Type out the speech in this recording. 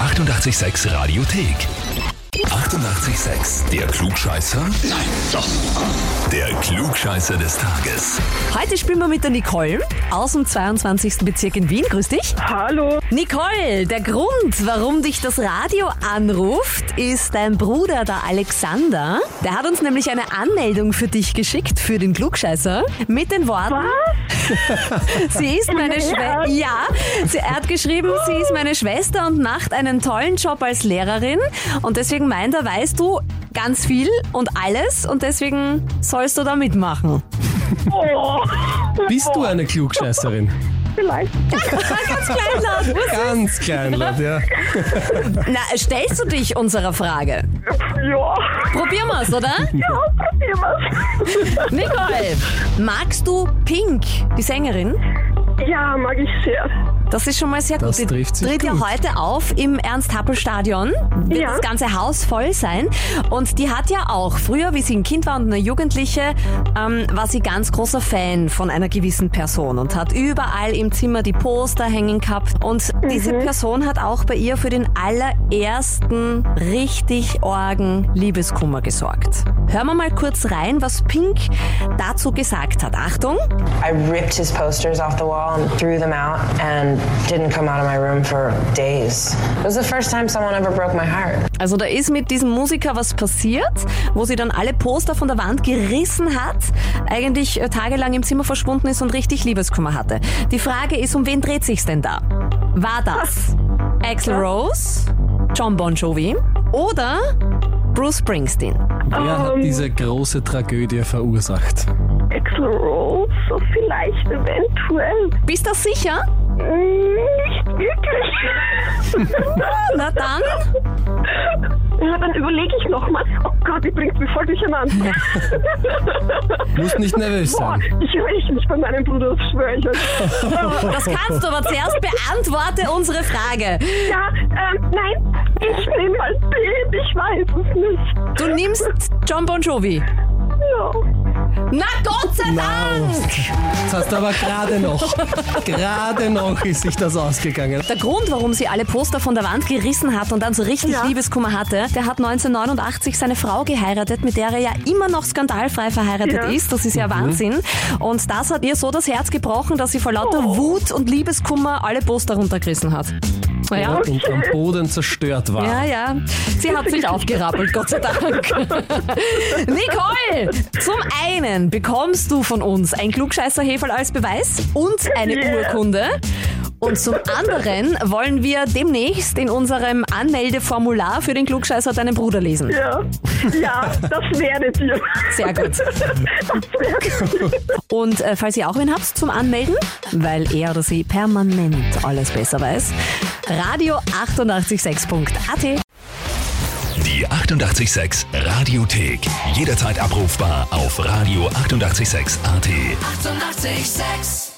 886 Radiothek. 88,6. Der Klugscheißer? Nein, doch. Der Klugscheißer des Tages. Heute spielen wir mit der Nicole aus dem 22. Bezirk in Wien. Grüß dich. Hallo, Nicole, der Grund, warum dich das Radio anruft, ist dein Bruder, der Alexander. Der hat uns nämlich eine Anmeldung für dich geschickt, für den Klugscheißer, mit den Worten... Sie ist meine Schwester. Ja, sie, er hat geschrieben, sie ist meine Schwester und macht einen tollen Job als Lehrerin. Und deswegen meint er, weißt du ganz viel und alles und deswegen sollst du da mitmachen. Bist du eine Klugscheißerin? Oh. vielleicht. Ganz kleinlaut. Ganz kleinlaut, ja. Na, stellst du dich unserer Frage? Ja, Probieren wir's, oder? ja, probieren wir's. Nicole, magst du Pink, die Sängerin? Ja, mag ich sehr. Das ist schon mal sehr Das gut. Die trifft sich tritt ja gut. heute auf im Ernst-Happel-Stadion. Wird Ja. das ganze Haus voll sein. Und die hat ja auch, früher, wie sie ein Kind war und eine Jugendliche, ähm, war sie ganz großer Fan von einer gewissen Person und hat überall im Zimmer die Poster hängen gehabt. Und diese Person hat auch bei ihr für den allerersten richtig Orgen Liebeskummer gesorgt. Hören wir mal kurz rein, was Pink dazu gesagt hat. Achtung! I ripped his posters off the wall and threw them out and didn't come out of my room for days. It was the first time someone ever broke my heart. Also da ist mit diesem Musiker was passiert, wo sie dann alle Poster von der Wand gerissen hat, eigentlich äh, tagelang im Zimmer verschwunden ist und richtig Liebeskummer hatte. Die Frage ist, um wen dreht sich's denn da? War das Axl Rose, John Bon Jovi oder Bruce Springsteen? Wer hat diese große Tragödie verursacht? Axel Rose, so vielleicht eventuell. Bist du sicher? Nicht wirklich. Na dann. ja, dann überlege ich nochmal. Oh Gott, die bringt mich voll durcheinander. Musst nicht nervös Boah, sein. ich räche mich bei meinem Bruder, das schwöre ich euch. Das kannst du, aber zuerst beantworte unsere Frage. Ja, ähm, nein, ich nehme mal B, ich weiß es nicht. Du nimmst John Bon Jovi. Ja. Na Gott sei Dank! Das hast du aber gerade noch. Gerade noch ist sich das ausgegangen. Der Grund, warum sie alle Poster von der Wand gerissen hat und dann so richtig Ja. Liebeskummer hatte, der hat 1989 seine Frau geheiratet, mit der er ja immer noch skandalfrei verheiratet Ja. ist. Das ist ja Wahnsinn. Und das hat ihr so das Herz gebrochen, dass sie vor lauter Oh. Wut und Liebeskummer alle Poster runtergerissen hat. Naja. Und am Boden zerstört war. Ja, ja. Sie hat sich aufgerappelt, Gott sei Dank. Nicole, zum einen bekommst du von uns ein Klugscheißer-Heferl als Beweis und eine Yeah. Urkunde. Und zum anderen wollen wir demnächst in unserem Anmeldeformular für den Klugscheißer deinen Bruder lesen. Ja, ja, das werdet ihr. Sehr gut. Das werdet ihr. Und äh, falls ihr auch wen habt zum Anmelden, weil er oder sie permanent alles besser weiß, radio 886.at. Die 88,6 Radiothek. Jederzeit abrufbar auf radio886.at. 88,6. Eighty-eight, sex.